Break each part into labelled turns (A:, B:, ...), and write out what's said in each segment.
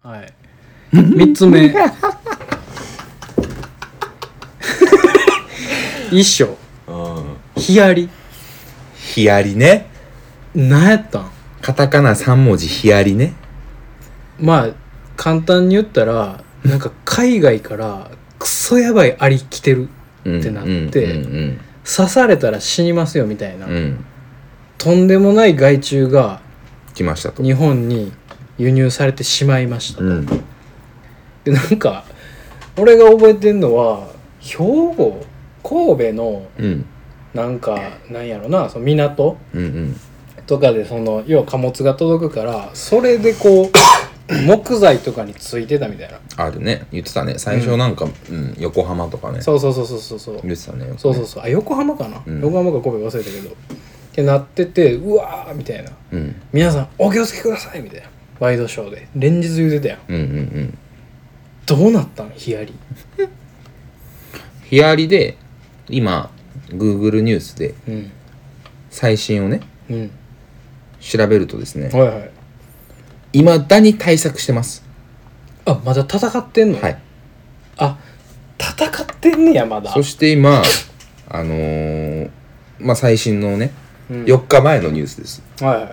A: はい3つ目 一生
B: うん
A: ヒアリ
B: ヒアリね
A: なんやったん
B: カタカナ3文字ヒアリね
A: まあ簡単に言ったらなんか海外からクソやばいアリ来てる
B: っ
A: ってなって
B: うん
A: 刺されたら死にますよみたいな、
B: うん、うん、
A: とんでもない害虫が
B: 来ましたと
A: 日本に輸入されてしまいました、
B: うん
A: でなんか俺が覚えてんのは兵庫神戸の
B: うん
A: なんかなんやろなその港
B: うんうん
A: とかでその要は貨物が届くからそれで こう木材とかについてたみたいな
B: あるね言ってたね最初なんか、うん横浜とかね
A: そうそうそうそうそうそう
B: 言ってたねよくね
A: そうそうそうあ横浜かな、
B: うん
A: 横浜か神戸忘れたけどってなっててうわーみたいな
B: うん
A: 皆さんお気をつけくださいみたいなワイドショーで連日言うてたやん
B: うんうんうん
A: どうなったんヒアリ
B: ヒアリで今 Google ニュースで
A: うん
B: 最新をね
A: うん
B: 調べるとですね
A: はいはい
B: いまだに対策してます
A: あまだ戦ってんの、
B: はい
A: あ戦ってんねやまだ
B: そして今あのーまあ最新のね
A: うん
B: 4日前のニュースです
A: はいは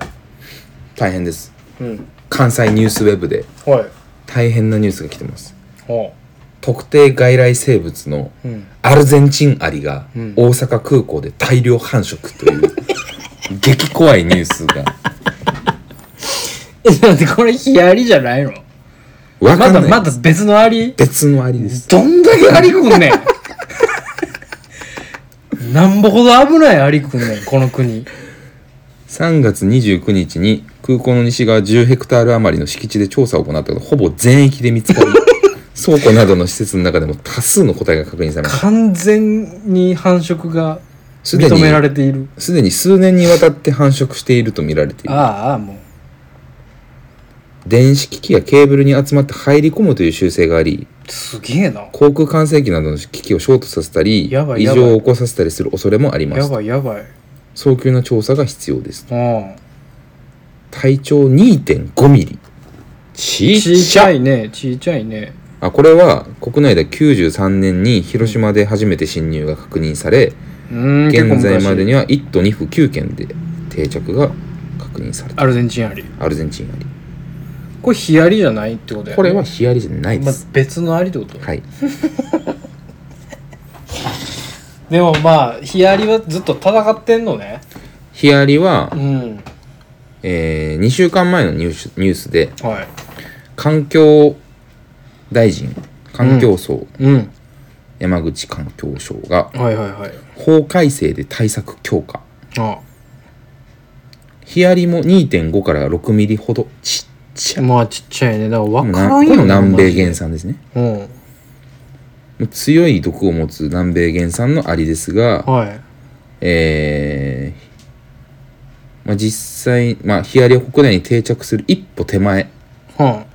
B: 大変です
A: いうん
B: 関西ニュースウェブで
A: はい
B: 大変なニュースが来てます
A: ほ
B: 特定外来生物の
A: ううん
B: アルゼンチンアリが
A: うん
B: 大阪空港で大量繁殖 という激怖いニュースが
A: えだってこれヒアリじゃないの
B: わ
A: ま
B: かんな
A: だ
B: い
A: まだ別のアリ
B: 別のアリです
A: どんだけアリくんねんなんぼほど危ないアリくんねんこの国
B: 3月29日に空港の西側10ヘクタール余りの敷地で調査を行ったけどほぼ全域で見 つかり倉庫などの施設の中でも多数の個体が確認されました
A: 完全に繁殖が
B: すで
A: 認
B: に
A: められている
B: すでに数年にわたって繁殖していると見られている
A: ああああもう
B: 電子機器やケーブルに集まって入り込むという習性があり
A: すげえな
B: 航空管制機などの機器をショートさせたり異
A: やばいやばい
B: 常を起こさせたりする恐れもありま
A: や
B: す
A: ばいやばい
B: 早急な調査が必要です
A: うん
B: 体長2 5ミリちっ
A: ちっ
B: ち
A: ち
B: ゃ
A: ゃ
B: い
A: いねちっちゃいね
B: あこれは国内で93年に広島で初めて侵入が確認され
A: うーん結構
B: 現
A: 昔
B: 在までには1都2府9県で定着が確認された
A: アルゼンチンアリ
B: アルゼンチンアリ
A: これヒアリじゃないってことや、ね、
B: これはヒアリじゃないで、
A: ます別のアリってこと
B: はい
A: でもまあヒアリはずっと戦ってんのね
B: ヒアリは
A: う、ん
B: え2週間前のニュースニュースで
A: はい
B: 環境大臣環境省、
A: うん
B: 山口環境省が
A: はいはいはい
B: 法改正で対策強化
A: あ
B: ヒアリも2.5から6ミリほどちっちゃい
A: まあちっちゃいねだから
B: こ
A: 分
B: の
A: からんよ
B: 南米原産ですね
A: うん
B: もう強い毒を持つ南米原産のアリですが、
A: はい
B: えーまあ、実際、まあ、ヒアリは国内に定着する一歩手前
A: うん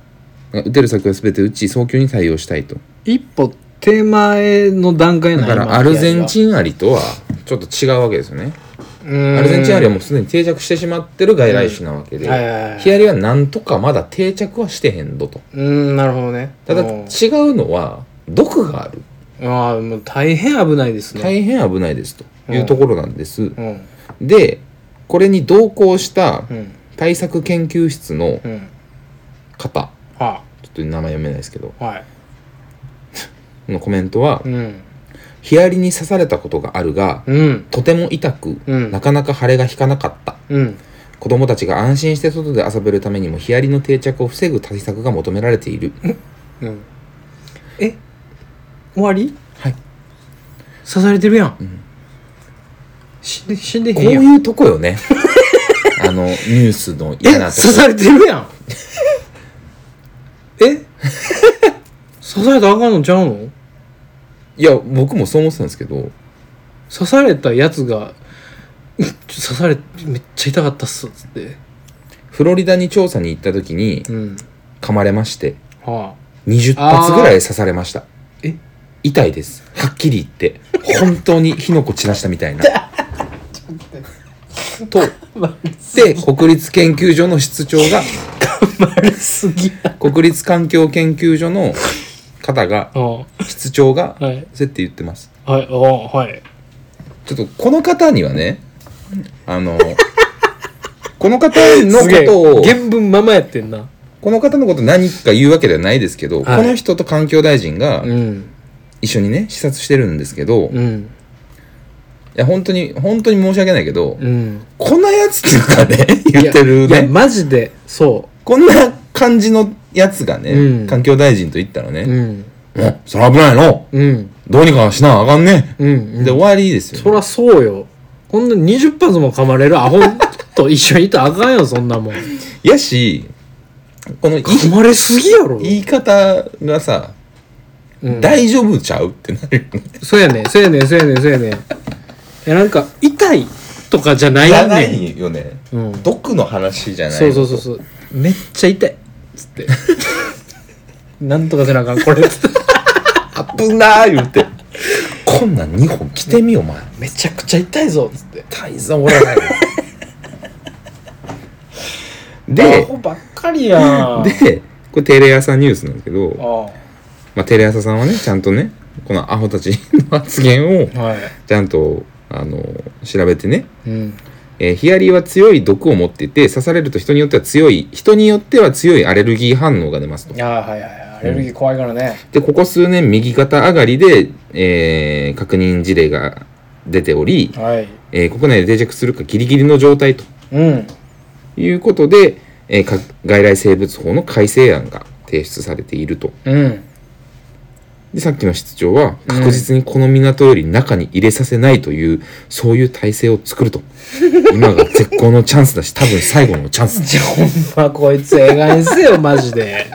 B: 打てる策は全て打ち早急に対応したいと
A: 一歩手前の段階な
B: だ
A: ん
B: か
A: や
B: ら
A: 今
B: アルゼンチンアリとはちょっと違うわけですよね
A: ヒアリはうーん
B: アルゼンチンアリはもうすでに定着してしまってる外来種なわけで、
A: はいはいはい
B: ヒアリはなんとかまだ定着はしてへんどと
A: うーんなるほどね
B: ただ
A: う
B: 違
A: ん
B: うのは毒がある
A: ああもう大変危ないですね
B: 大変危ないですというところなんです
A: う、ん
B: でこれに同行した
A: うん
B: 対策研究室の
A: うん
B: 方
A: は
B: ちょっと名前読めないですけど
A: あはい
B: のコメントは
A: うん
B: 「ヒアリに刺されたことがあるが
A: うん
B: とても痛く
A: うん
B: なかなか腫れが引かなかった」
A: うん
B: 子供たちが安心して外で遊べるためにもヒアリの定着を防ぐ対策が求められている
A: うんえ終わり
B: はい
A: 刺されてるやん、
B: ん
A: 死んで死んで
B: こ
A: へ
B: うん
A: やん
B: いうとこ よねあのニュースの
A: え
B: 嫌な
A: 刺
B: とこ
A: されてるやんえ 刺されたらあかんのちゃうの
B: いや僕もそう思ってたんですけど
A: 刺されたやつがうんちょ刺されめっちゃ痛かったっすっつって
B: フロリダに調査に行った時に
A: うん
B: 噛まれまして
A: は
B: 20発ぐらい刺されました
A: え
B: 痛いですはっきり言って本当に火の粉散らしたみたいな とで国立研究所の室長が
A: 丸すぎや。
B: 国立環境研究所の方が
A: うん。は
B: 室長が
A: い。
B: そうやって言ってます
A: はい。おはい。
B: ちょっとこの方にはねあ のこの方の
A: すげえ
B: ことを
A: 原文ままやってんな。
B: この方のこと何か言うわけではないですけど、
A: はい
B: この人と環境大臣が
A: うん。
B: 一緒にね視察してるんですけど、い
A: うん。
B: や本当に本当に申し訳ないけど、
A: うん。
B: こんなやつがね言ってる
A: いやいや、
B: ね
A: マジで、そ
B: こんな感じのやつがね、
A: うん
B: 環境大臣と言ったら
A: う。う
B: ね
A: ん。
B: 「おそれ危ないの
A: うん。
B: どうにかしなあかんね
A: う」ん。
B: で終わりです
A: そ
B: よ、
A: りゃそうよ。こんな20発も噛まれるアホと一緒にいたらあかんよ、そんなもん。
B: やしこのい
A: 噛まれすぎやろ。
B: 言い方がさ、
A: うん
B: 大丈夫ちゃうってなるよね
A: そうやねんそうやねんそうやねんそうやねんいやなんか痛いとかじゃない
B: じ
A: ね
B: ゃ
A: ん
B: ないよね
A: うん、
B: 毒の話じゃない
A: そうそうそうそうめっちゃ痛いっつってなんとかせなあかんこれっつって
B: 危なー言ってこんなん2本着てみよお前
A: めちゃくちゃ痛いぞっつって
B: 大座お らないよ
A: ア
B: で
A: ホばっかりやん
B: でこれテレ朝ニュースなんですけ
A: あ
B: ど、
A: あ
B: まあ、テレ朝さんはねちゃんとねこのアホたちの発言を
A: は
B: ちゃんとあの調べてね、
A: いうん
B: えーヒアリは強い毒を持っていて刺されると人によっては強い人によっては強いアレルギー反応が出ますと
A: ああはいはいアレルギー怖いからね
B: でここ数年右肩上がりで、えー確認事例が出ており、
A: はい
B: えー国内で定着するかギリギリの状態と
A: うん
B: いうことで、えーか外来生物法の改正案が提出されていると
A: うん
B: でさっきの室長は確実にこの港より中に入れさせないという、そういう体制を作ると今が絶好のチャンスだし多分最後のチャンス
A: じゃあほんまこいつええがにせよマジで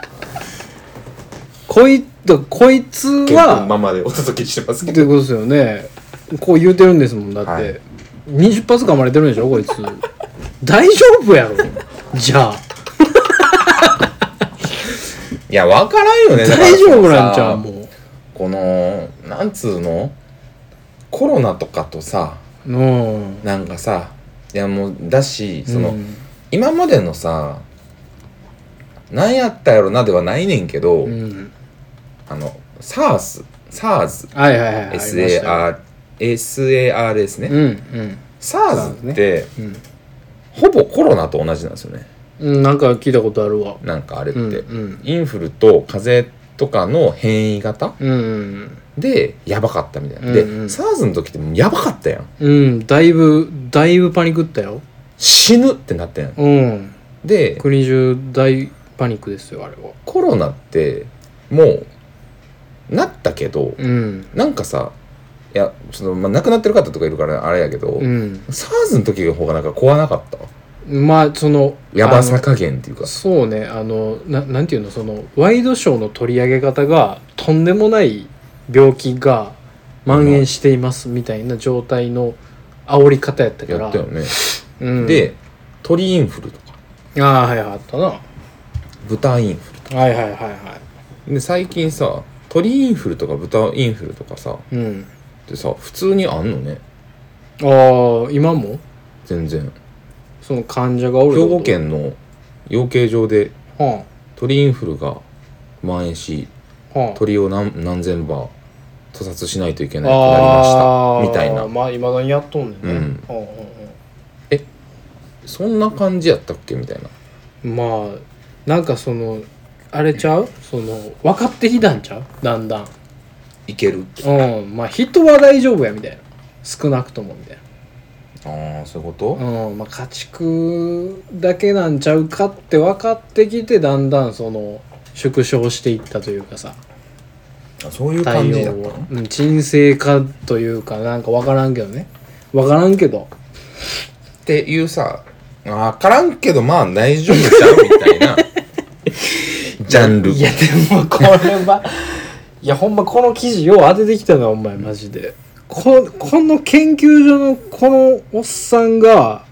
A: こいこいつは
B: までお届けしてます
A: ってことですよねこう言うてるんですもんだって、
B: はい
A: 20発噛まれてるんでしょこいつ大丈夫やろじゃあ
B: いや分からんよねだから
A: 大丈夫なんちゃう
B: さ
A: もう
B: このなんつうのコロナとかとさ
A: うん
B: なんかさいやもうだしその、
A: うん
B: 今までのさなんやったやろなではないねんけど、
A: うん
B: あの SARS SARS
A: はいはいはい
B: SAR SAR ですね、
A: うん
B: SARS って、
A: うん
B: ほぼコロナと同じなんですよね
A: うんなんか聞いたことあるわ
B: なんかあれって、
A: うんうん
B: インフルと風邪とかの変異型
A: うん
B: でやばかったみたいな、
A: うんうん
B: で SARS の時ってもうやばかったやん
A: うんだいぶだいぶパニックったよ
B: 死ぬってなったやん
A: うん
B: で
A: 国中大パニックですよあれは
B: コロナってもうなったけど、
A: うん
B: なんかさいやちょっと、まあ、亡くなってる方とかいるからあれやけど、
A: うん
B: サー SARS の時の方がなんか怖なかった
A: まあその
B: やばさ加減っていうか
A: そうねあのななんていうのそのワイドショーの取り上げ方がとんでもない病気が蔓延していますみたいな状態の煽り方やったか
B: や
A: ら
B: ったよね、
A: うん、
B: で鳥インフルとか
A: ああはいはいあったなは
B: 豚インフ
A: いはいはいは
B: ルで最近さ鳥インフルとか豚インフルとかさ
A: いうん
B: でさ普通にあんのね
A: ああ今も
B: 全然
A: その患者がおる
B: 兵庫県の養鶏場で
A: は
B: 鳥インフルが蔓延し
A: あはあ
B: 鳥を何何千羽屠殺しないといけないくなりましたみたい
A: あー
B: な
A: まあいまだにやっとんねんね、
B: うん
A: はあは
B: そんな感じやったっけみたいな
A: あはあまあなんかそのあれちゃうその分かってきたんちゃうだんだん
B: いける
A: うんまあ人は大丈夫やみたいな少なくともみたい
B: ああそういうこと、
A: な、うんまあ、家畜だけなんちゃうかって分かってきてだんだんその縮小していったというかさ
B: あそういう
A: 対
B: 感じだ
A: 応
B: った
A: を
B: の、
A: うん、沈静化というかなんか分からんけどね分からんけど
B: っていうさあ分からんけどまあ大丈夫じゃんみたい なジャンル
A: いやでもこれはいやほんまこの記事よう当ててきたなお前マジでここの研究所のこのおっさんが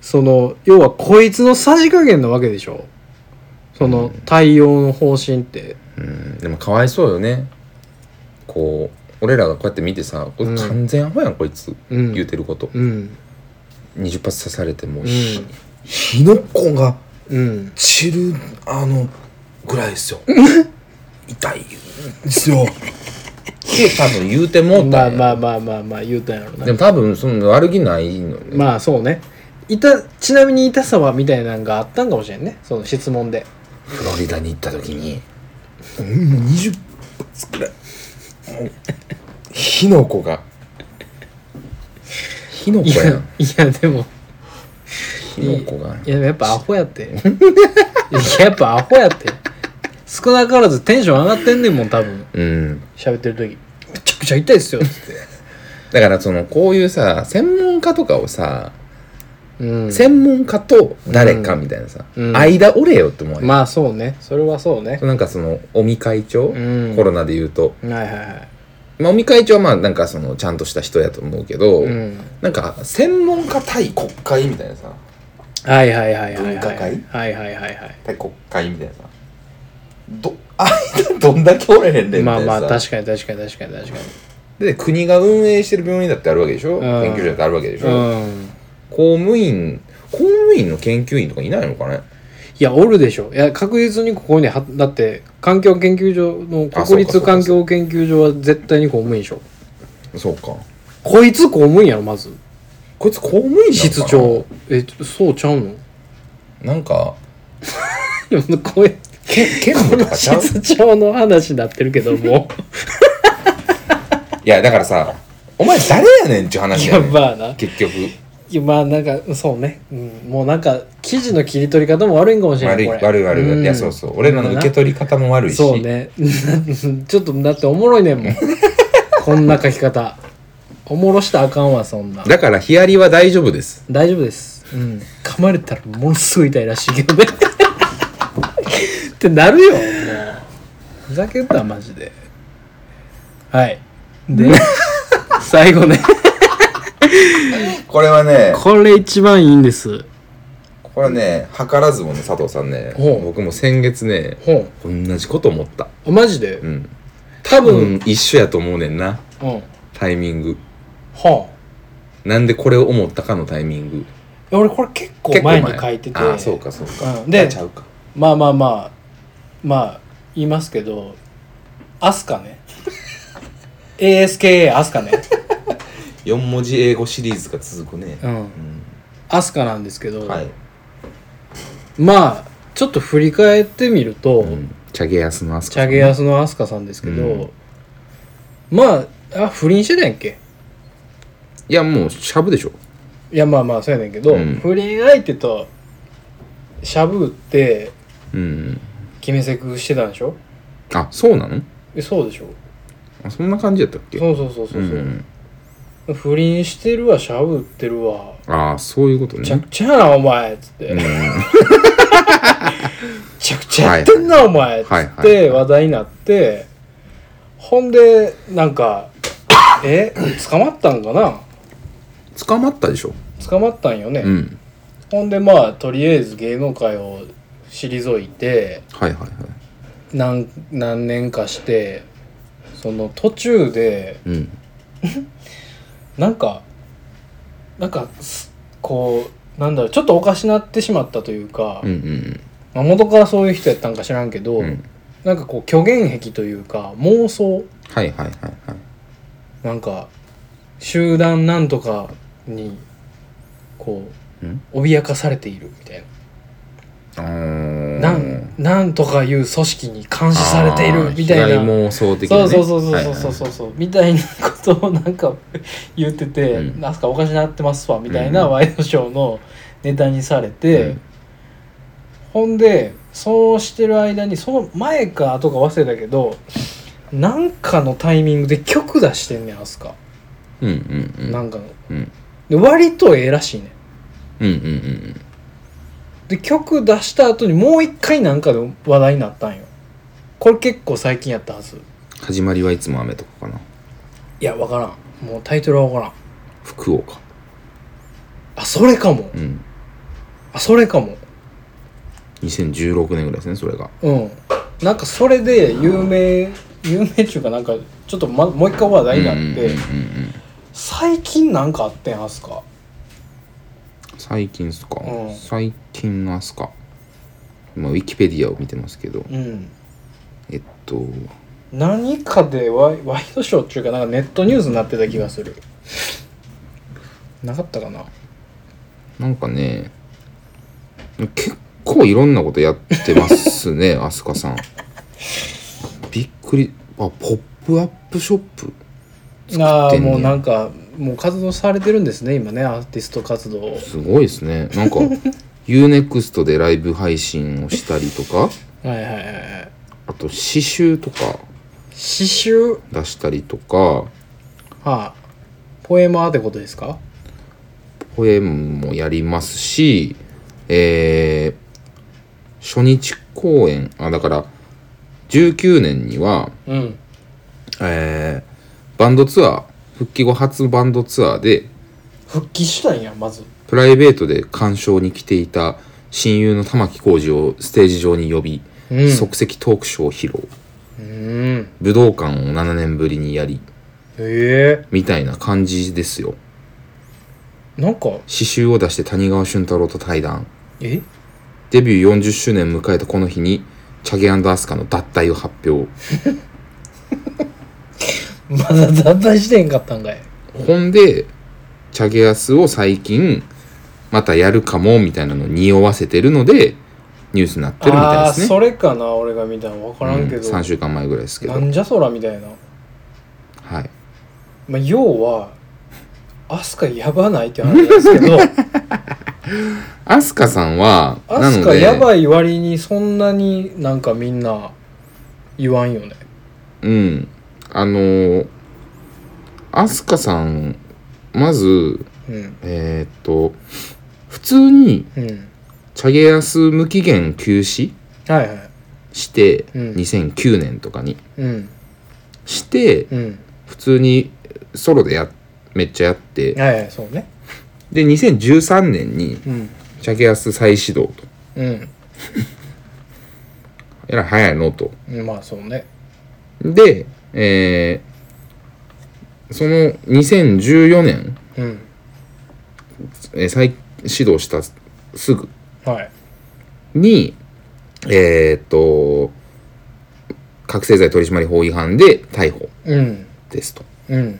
A: その要はこいつのさじ加減なわけでしょその対応の方針って
B: うんでもかわいそうよねこう俺らがこうやって見てさこれ
A: うん
B: 完全アホやんこいつ、
A: うん
B: 言うてること
A: うん
B: 20発刺されてもう
A: うん
B: ひ,、火の粉が
A: うん
B: 散るあのぐらいですよ痛いですよって多分言うてもう
A: ま
B: た
A: あ
B: んや
A: まあまあまあまあ言うたんやろな
B: でも多分その悪気ないのね、
A: まあそうねいたちなみに痛さはみたいなんがあったんかもしれんねその質問で
B: フロリダに行った時にうんもう20発くらいもう火の粉が火の粉
A: いや
B: やん
A: いやでも
B: 火の粉が
A: いやでもやっぱアホやっていややっぱアホやって少なからずテンション上がってんねんもん多分
B: うん
A: 喋ってる時めちゃくちゃ痛いっすよっつって
B: だからそのこういうさ専門家とかをさ、
A: うん
B: 専門家と誰かみたいなさ、
A: うん
B: 間折れよって思うよ、
A: まあそうねそれはそうね
B: なんかその尾身会長、
A: うん
B: コロナで言うと、
A: はいはいはい
B: まあ、尾身会長はまあなんかそのちゃんとした人やと思うけど、
A: うん
B: なんか専門家対国会みたいなさ
A: はいはいはいはいはい
B: 分科会
A: はいはいはいはい
B: 対国会みたいなさど 間どんだけ折れへんねんみ
A: ま
B: た
A: あ
B: い
A: ま
B: な
A: あ
B: さ、
A: 確かに確かに確かに確か
B: で国が運営してる病院だってあるわけでしょ、
A: ん
B: 研究所だってあるわけでし
A: にう
B: ょ、
A: ん
B: 公務員公務員の研究員とかいないのかね
A: いやおるでしょいや確実にここにはだって環境研究所の
B: あ
A: 国立
B: そうかそうか
A: 環境研究所は絶対に公務員でしょ
B: そうか
A: こいつ公務員やろまず
B: こいつ公務員なのかな
A: 室長えそうちゃうの
B: なんか
A: いやもうこれ
B: け兼務とかちゃう
A: 室長の話になってるけども
B: いやだからさお前誰やねんっちゅ
A: い
B: う話や
A: や
B: ねん
A: まあな
B: 結局
A: いやまあなんかそうね、うん、もうなんか記事の切り取り方も悪いんかもしれな
B: 悪
A: い
B: い
A: これ
B: 悪い悪い、いやそうそう俺らの受け取り方も悪いし
A: そうね ちょっとだっておもろいね んもんこんな書き方おもろしたらあかんわそんな
B: だからヒアリは大丈夫です
A: 大丈夫です、うん、噛まれたらものすごい痛いらしいけどねってなるよもうふざけんなマジではいで最後ね
B: これはね
A: これ一番いいんです
B: これはね図らずもね佐藤さんね
A: ほう
B: 僕も先月ね
A: ほ
B: 同じこと思った
A: うマジで
B: うん
A: 多
B: う
A: 分
B: ん一緒やと思うねんな
A: うん、は
B: タイミング
A: あ
B: なんでこれを思ったかのタイミング
A: いや俺これ結構
B: 結構
A: 前に書いてて
B: ああそうかそうか、
A: うんで
B: ちゃうか
A: まあまあまあまあ言いますけどアスカ ね ASKA アスカね
B: 4文字英語シリーズが続くね
A: う、んアスカなんですけど、
B: はい、
A: まあちょっと振り返ってみると、
B: うん、チャゲアスのアス
A: チャゲアスのアスカさんですけど、
B: うん
A: まああ不倫してたんやっけ
B: いやもうしゃぶでしょ
A: いやまあまあそうやねんけど、
B: うん
A: 不倫相手としゃぶって
B: うん
A: 決めセクしてたんでしょ
B: あそうなの
A: えそうでしょ
B: あそんな感じやったっけ、
A: そうそうそうそうそううん不倫してるわしゃぶってるわ
B: ああそういうこと
A: めちゃ
B: ね
A: くちゃやなお前っつって、
B: うん
A: めちゃくちゃやってんなお前っつ
B: はい
A: っ
B: はいはい
A: て話題になってほんでなんかえ捕まったんかな
B: 捕まったでしょ
A: 捕まったんよね、
B: うん
A: ほんでまあとりあえず芸能界を退いて
B: はいはいはい
A: 何何年かしてその途中で
B: うん
A: なんかなんかすこうなんだろうちょっとおかしなってしまったというか、
B: うんうん
A: まあ元からそういう人やったんか知らんけど、
B: うんうん
A: なんかこう虚言癖というか妄想
B: はいはいはいはい
A: なんか集団なんとかにこ
B: うん
A: う脅かされているみたい
B: あ
A: な
B: ー
A: なんなんとかいう組織に監視されているみたい
B: あー被害
A: な。
B: 妄想的な、
A: そうそ
B: ね、
A: うそうそうそう
B: は
A: そうそう、みたいなことをなんか言ってて「
B: うん
A: なんすかおかしなってますわ」みたいな
B: うん
A: ワイドショーのネタにされ
B: い
A: て、
B: はいうん
A: ほんでそうしてる間にその前か後か忘れたけどなんかのタイミングで曲出してんねんアスカ、
B: うんうんうん
A: なんかの
B: うん
A: で割とええらしいねん
B: うんうんうん
A: で曲出した後にもう一回なんかの話題になったんよこれ結構最近やったはず
B: 始まりはいつも雨とかかない
A: やわからんもうタイトルはわからん
B: 福岡
A: あそれかも
B: うん
A: あそれかも
B: 2016年ぐらいですねそれが
A: うんなんかそれで有名有名っていうかなんかちょっと、ま、もう一回話題になって、
B: うんうんうんうんうん
A: 最近なんかあってんアスカ
B: 最近っすか、
A: うん
B: 最近のアスカ今ウィキペディアを見てますけど
A: うん
B: えっと
A: 何かでワイワイドショーっていうかなんかネットニュースになってた気がするなかったかな
B: なんかね結構いろんなことやってますね アスカさんびっくりあポップアップショップ
A: ああ
B: んねや
A: もうなんかもう活動されてるんですね今ねアーティスト活動を
B: すごいですね なんか UNEXT でライブ配信をしたりとか
A: はいはいはいはい
B: あと刺繍とか
A: 刺繍
B: 出したりとか
A: はあポエマーってことですか
B: ポエムもやりますし、えー初日公演あだから19年には、
A: うん
B: えーバンドツアー復帰後初バンドツアーで
A: 復帰したんやまず
B: プライベートで鑑賞に来ていた親友の玉置浩二をステージ上に呼び、
A: うん
B: 即席トークショーを披露
A: うん
B: 武道館を7年ぶりにやり
A: え
B: みたいな感じですよ
A: えなんか
B: 刺繍を出して谷川俊太郎と対談
A: え
B: デビュー40周年迎えたこの日にチャゲアスカの脱退を発表
A: まだ団体してへんかったんかい
B: ほんでチャゲアスを最近またやるかもみたいなのを匂わせてるのでニュースになってるみたい
A: ああ
B: で
A: ー
B: すね
A: それかな俺が見たの分からんけど、
B: 3週間前ぐらいですけど
A: なんじゃそらみたいな、
B: はい
A: まあ、要はアスカやばないって話なんですけ ど
B: アスカさんはな
A: アス
B: の
A: カ
B: で
A: やばい割にそんなになんかみんな言わんよね
B: うんあのーアスカさんまず
A: うん
B: えーっと普通に
A: うん
B: チャゲアス無期限休止
A: はいはい
B: して、
A: うん
B: 2009年とかに
A: うん
B: して、
A: うん
B: 普通にソロでやめっちゃやって、
A: はいはいそうね
B: で2013年に
A: うん
B: チャゲアス再始動と
A: うん
B: えらい早いのと
A: うんまあそうね
B: で、えーその2014年、
A: うん
B: えー再始動したすぐ
A: はい
B: にえーっと覚醒剤取締法違反で逮捕
A: うん
B: ですと
A: うん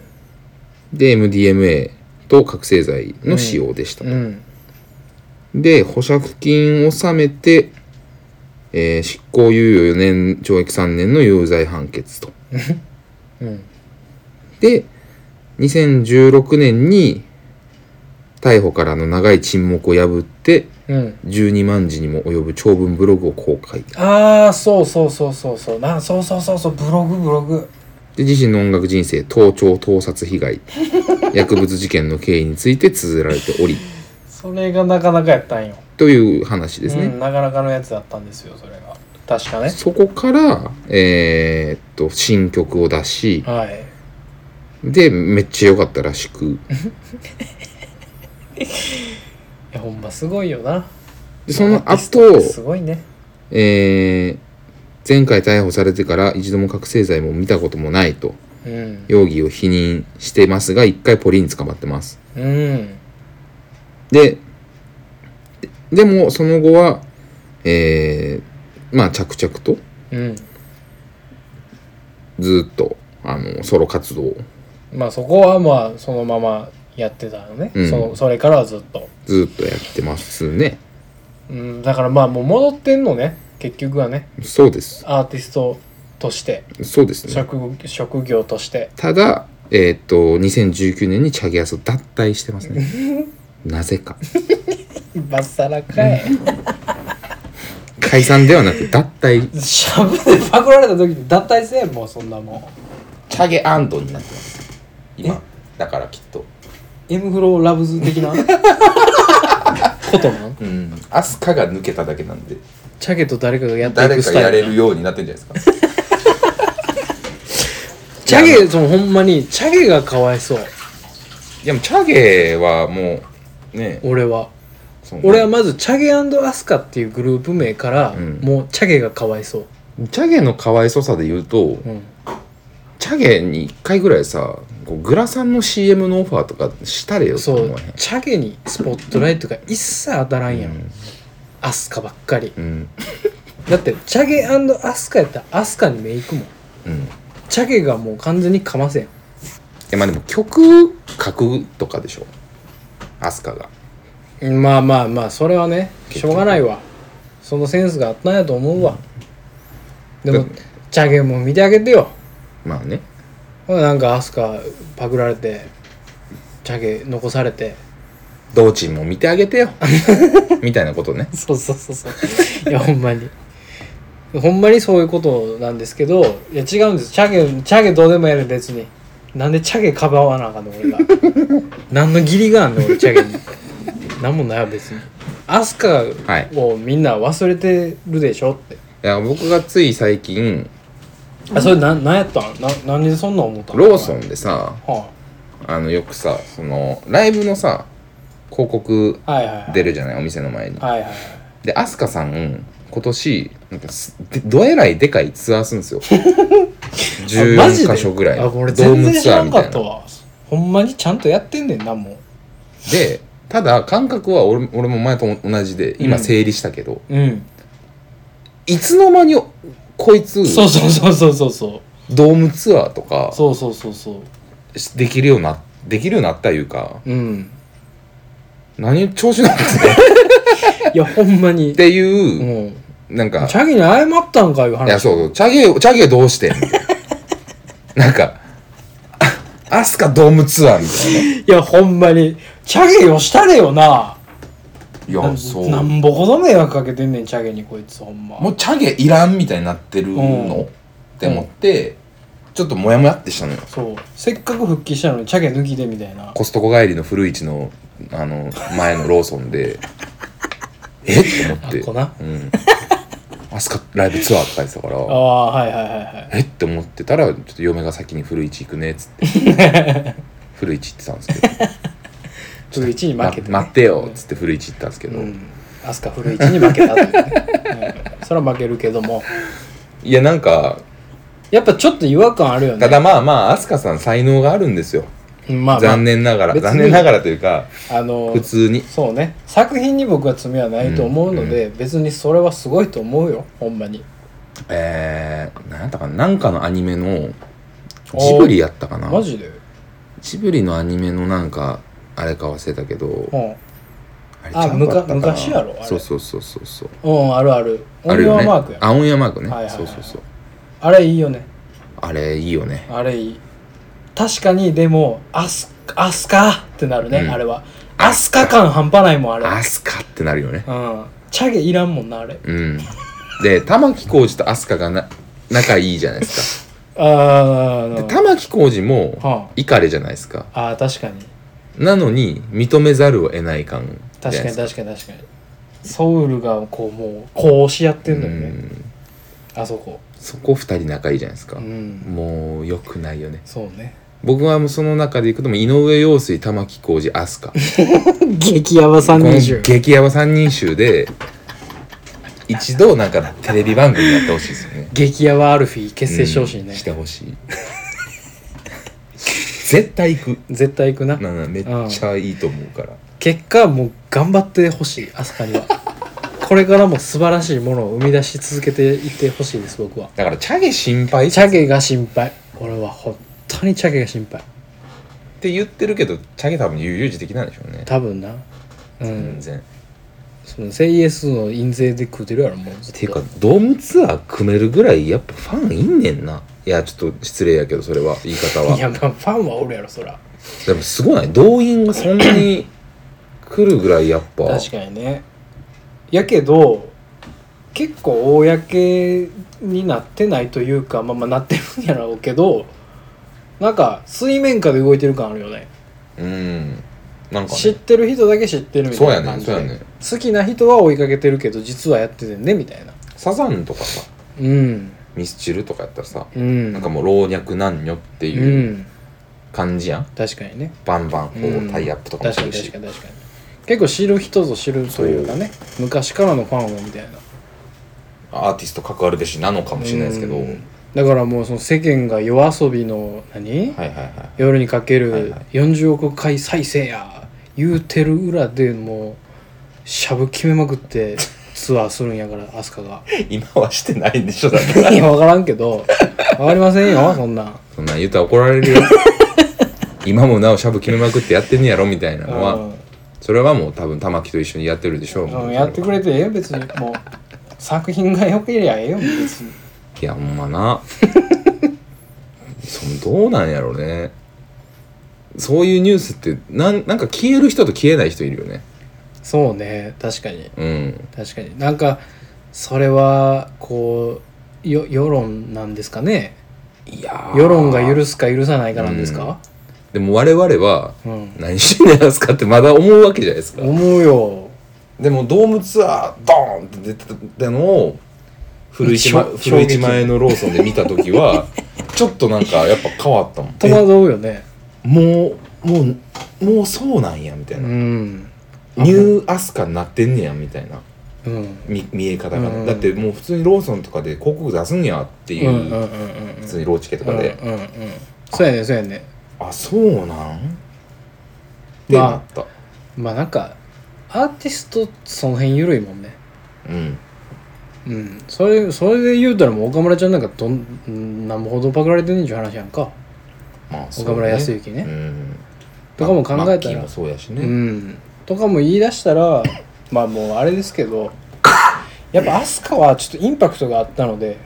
B: で MDMA と覚醒剤の使用でした、
A: うん
B: で保釈金を納めて、えー執行猶予4年懲役3年の有罪判決と
A: うん
B: で2016年に逮捕からの長い沈黙を破って
A: うん
B: 12万字にも及ぶ長文ブログを公開
A: ああそうそうそうそうそうなそうそうそうそうブログブログ
B: で自身の音楽人生盗聴盗撮 被害薬物事件の経緯について綴られており
A: それがなかなかやったんよ
B: という話ですね、
A: うん、なかなかのやつだったんですよそれが確かね
B: そこからえーっと新曲を出し、
A: はい
B: でめっちゃ良かったらしく
A: いやほんますごいよな
B: でその
A: アーティストっ
B: 後
A: てすごいね
B: えー前回逮捕されてから一度も覚醒剤も見たこともないと
A: うん
B: 容疑を否認してますが一回ポリに捕まってます
A: うん
B: でででもその後はえーまあ着々と
A: うん
B: ずっとあのソロ活動を
A: まあそこはまあそのままやってたのね、
B: うん
A: そのそれからはずっと、
B: ずっとやってますね
A: うん、だからまあもう戻ってんのね結局はね
B: そうです
A: アーティストとして
B: そうですね
A: 職,、職業として
B: ただえーっと2019年にチャゲアスを脱退してますね なぜか
A: まっさらかい
B: 解散ではなく脱退
A: しゃぶでパクられた時に脱退せえもうそんなもん
B: チャゲアンドになってます
A: え
B: 今だからきっと
A: M フローラブズ 的なことなん
B: うんアスカが抜けただけなんで
A: チャゲと誰かがやってい
B: 誰
A: く
B: か
A: スタイル
B: やれるようになってんじゃない ですか
A: チャゲそのほんまにチャゲがかわいそう
B: いやもうチャゲはもうね
A: 俺は
B: その
A: 俺はまずチャゲアスカっていうグループ名から、
B: うん
A: もうチャゲがかわいそう、
B: チャゲの可哀想さで言うと
A: うん、
B: チャゲに1回ぐらいさこうグラサンの CM のオファーとかしたれよと
A: そう
B: 思わへん
A: チャゲにスポットライトが一切当たらんやん、
B: うん
A: アスカばっかり
B: うん
A: だってチャゲアスカやったらアスカに目いくもん
B: うんい
A: チャゲがもう完全にかません
B: やまあでも曲書くとかでしょアスカが
A: まあまあまあそれはね
B: 結
A: し
B: 局
A: ょうがないわそのセンスがあったんやと思うわで
B: だ
A: もチャゲも見てあげてよ
B: まあね
A: ほななんかアスカパクられてチャゲ残されて
B: 道珍も見てあ げてよみたいなことね
A: そうそうそう そういやほんまにほんまにそういうことなんですけどいや違うんですチャゲチャゲどうでもええねん別になんでチャゲかばわなあかんの俺 が何の義理があんの俺チャゲに何もないわ別にアスカ
B: はい
A: をみんな忘れてるでしょって、
B: いや僕がつい最近
A: あそれなんなんやったんな何でそんなん思ったん
B: ローソンでさ
A: は
B: あのよくさそのライブのさ広告
A: あ、はいはいはい
B: 出るじゃないお店の前に
A: はいはいはい
B: で飛鳥さん今年なんかすでどえらいでかいツアーするんですよ
A: あマジで
B: 14箇所ぐらい
A: あ
B: のド
A: 俺
B: ー
A: 全
B: ム
A: 然知
B: ツア
A: ら
B: ー
A: ん
B: み
A: か
B: たい
A: った
B: な
A: わほんまにちゃんとやってんねんなも
B: でただ感覚は俺俺も前と同じで今
A: うん
B: 整理したけど、
A: ううん
B: いつの間にこいつ
A: そうそうそうそうそうそう
B: ドームツアーとか
A: そうそうそうそう
B: しできるようなできるようになったいうか
A: うん
B: 何調子乗 ってんの
A: いやほんまに
B: っていう、
A: もう
B: なんか
A: チャギに謝ったんかいう
B: いや、
A: 話
B: そうそう。チャゲ、チャゲどうしてんみたいな。 なんか、あアスカドームツアーみた
A: いやほんまにチャゲよしたれよない
B: な。
A: なんなんぼほど迷惑かけてんねんチャゲにこいつほんま
B: もうチャゲいらんみたいになってる
A: うん
B: のって思って、ちょっとモヤモヤってしたのよ。
A: そうせっかく復帰したのにチャゲ抜きでみたいな
B: コストコ帰りの古市の、あの、前のローソ ンで、えって思って。
A: あここな
B: うん。アスカライブツアーって書いてたから、
A: ああはいはいはいはい
B: えって思ってたら、ちょっと嫁が先に古市行くねっつって。 古市行ってたんですけど。
A: ちょっと1に負けて、ね
B: ま待ってよっつって古市行ったんですけど、
A: うんアスカ古市に負けたという、うんそれは負けるけども
B: いやなんか
A: やっぱちょっと違和感あるよね
B: ただまあまあ飛鳥さん才能があるんですよ、
A: うんまあ、まあ
B: 残念ながら
A: 別に
B: 残念ながらというか
A: あの
B: 普通に
A: そうね作品に僕は罪はないと思うので、別にそれはすごいと思うよほんまに
B: えー、なんやったかななんかのアニメのジブリやったかな
A: マジで
B: ジブリのアニメのなんかあれか忘れたけど、
A: うん
B: あれちゃうかったかな
A: あむか昔やろあれ
B: そうそうそうそうそう
A: うんあるあるオ
B: あ
A: ン
B: る
A: リ
B: よ
A: オ
B: ね
A: ンマークやあ
B: あオンヤマークね、
A: はいはいはい
B: そうそうそう
A: れいいよね
B: あれいいよね
A: あれいい確かにでもアスアスカってなるね、
B: うん
A: あれはアスカ感半端ないもんあれ
B: アスカってなるよね
A: うんチャゲいらんもんなあれ
B: うんで玉置浩二と飛鳥がな仲いいじゃないです
A: あーあ
B: かで
A: の
B: 玉置浩二も、
A: は
B: イカレじゃないですか
A: ああー確かに
B: なのに認めざるを得ない感じゃな
A: 確か
B: いで
A: に
B: すか
A: 確かに確かにソウルがこうもうこうしやってんのよね
B: うん
A: あそこ
B: そこ2人仲いいじゃないですか、
A: うん
B: もう良くないよね
A: そうね
B: 僕はもうその中でいくともう井上陽水玉置浩二飛鳥
A: 激ヤバ
B: こ
A: 三
B: の激ヤバ三人衆で一度なんかテレビ番組やってほしいですよね
A: 激ヤバアルフィ結成してほしい
B: うん
A: ね
B: してほしい絶対行く
A: 絶対行くな
B: ななめっちゃいいと思うから
A: 結果もう頑張ってほしいアスカに はこれからも素晴らしいものを生み出し続けていってほしいです僕は
B: だからチャゲ心配
A: チャゲが心配俺は本当にチャゲが心配
B: って言ってるけどチャゲ多分悠々自適なんでしょうね
A: 多分なう
B: 全
A: ん
B: 然、
A: その CES の印税で食うてるやろもうずっと
B: ていうかドームツアー組めるぐらいやっぱファンいんねんないやちょっと失礼やけどそれは言い方はい
A: やまあファンはおるやろそら
B: でもすごない動員がそんなに来るぐらいやっぱ
A: 確かにねやけど結構公になってないというかまあまあなってるんやろうけどなんか水面下で動いてる感あるよね
B: うんなんか
A: 知っ
B: ね
A: てる人だけ知ってるみたいな感じで
B: そうやねそうやね
A: 好きな人は追いかけてるけど実はやっててねみたいな
B: サザンとかさ
A: うん
B: ミスチルとかやったらさ、
A: うん
B: なんかもう老若男女って
A: う
B: いうん感じやん、
A: 確かにね
B: バンバンこ
A: う
B: うんタイアップとかも
A: 確か
B: す
A: に
B: るし
A: 確かに確かに結構知る人ぞ知るというかね昔からのファンはみたいな
B: アーティスト関わるべしなのかもしれないですけど、
A: うんだからもうその世間が夜遊びの何、
B: はいはいはい
A: 夜にかけ
B: はい
A: る
B: はい
A: 40億回 再生や言うてる裏でもうしゃぶ決めまくってツアーするんやから飛鳥が
B: 今はしてないんでしょだから
A: いや分からんけど分かりませんよそんなん
B: そんなん言うたら怒られ るよ今もなおしゃぶ決めまくってやってんねやろみたいなのは、それはもう多分玉木と一緒にやってるでしょう、
A: うん、うん、やってくれてええよ別にもう作品が良けりゃええよ別に
B: いやほんまなそのどうなんやろうねそういうニュースってなんなんか消える人と消えない人いるよね
A: そうね確かに
B: うん
A: 確かになんかそれはこうよ世論なんですかね
B: いやー
A: 世論が許すか許さないかなんですか
B: でも我々は
A: うん、
B: 何してんねやすかってまだ思うわけじゃないですか
A: 思うよ
B: でもドームツアードーンって出てたのを古市ま
A: 衝撃
B: 古市前のローソンで見た時 はちょっとなんかやっぱ変わったもん
A: 戸惑うよね
B: もうもうもうそうなんやみた
A: う
B: いな、
A: ん
B: ニューアスカになってんねやみたいな
A: うんうん
B: 見見え方が、
A: うん
B: だってもう普通にローソンとかで広告出すんやっていう、
A: うんうんうん
B: 普通にローチケとかで、
A: うんうんうんそうやねそうやね
B: あそうなんってなった、
A: まあなんかアーティストその辺緩いもんね
B: う
A: う
B: ん
A: んそれそれで言うたらもう岡村ちゃんなんかどんなんぼほどパクられてんねんちゅう話やんか
B: まあ
A: 岡村康之ね
B: うん、
A: とかも考えたら
B: マッキーもそうやしね、
A: うんとかも言い出したら まあもうあれですけど やっぱ飛鳥はちょっとインパクトがあったので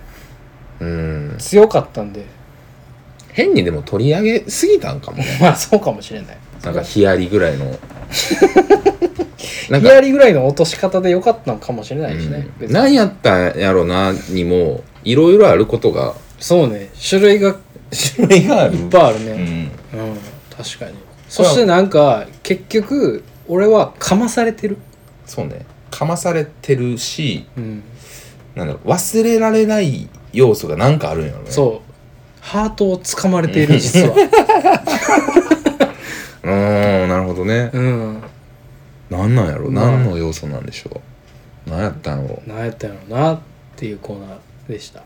B: うん
A: 強かったんで
B: 変にでも取り上げすぎたんかもね
A: まあそうかもしれない
B: なんかヒヤリぐらい のなん
A: ヒ
B: か
A: ヤリぐらいの落とし方でよかったのかもしれないしね、
B: う
A: 別
B: ん、
A: に
B: 何やったんやろなにもいろいろあることが
A: そうね種類がいっ
B: 種類がある
A: ぱいある
B: う
A: ねう
B: ん、
A: ん、確かにそしてなんか結局俺はかまされてる
B: そうねかまされてるし
A: うん
B: なんだろう忘れられない要素がなんかあるんやろね
A: そうハートをつかまれている実は
B: うーんなるほどね
A: うん
B: なんなんやろ
A: まあ
B: 何の要素なんでしょう何やったんやろ
A: 何やったんやろうなっていうコーナーでした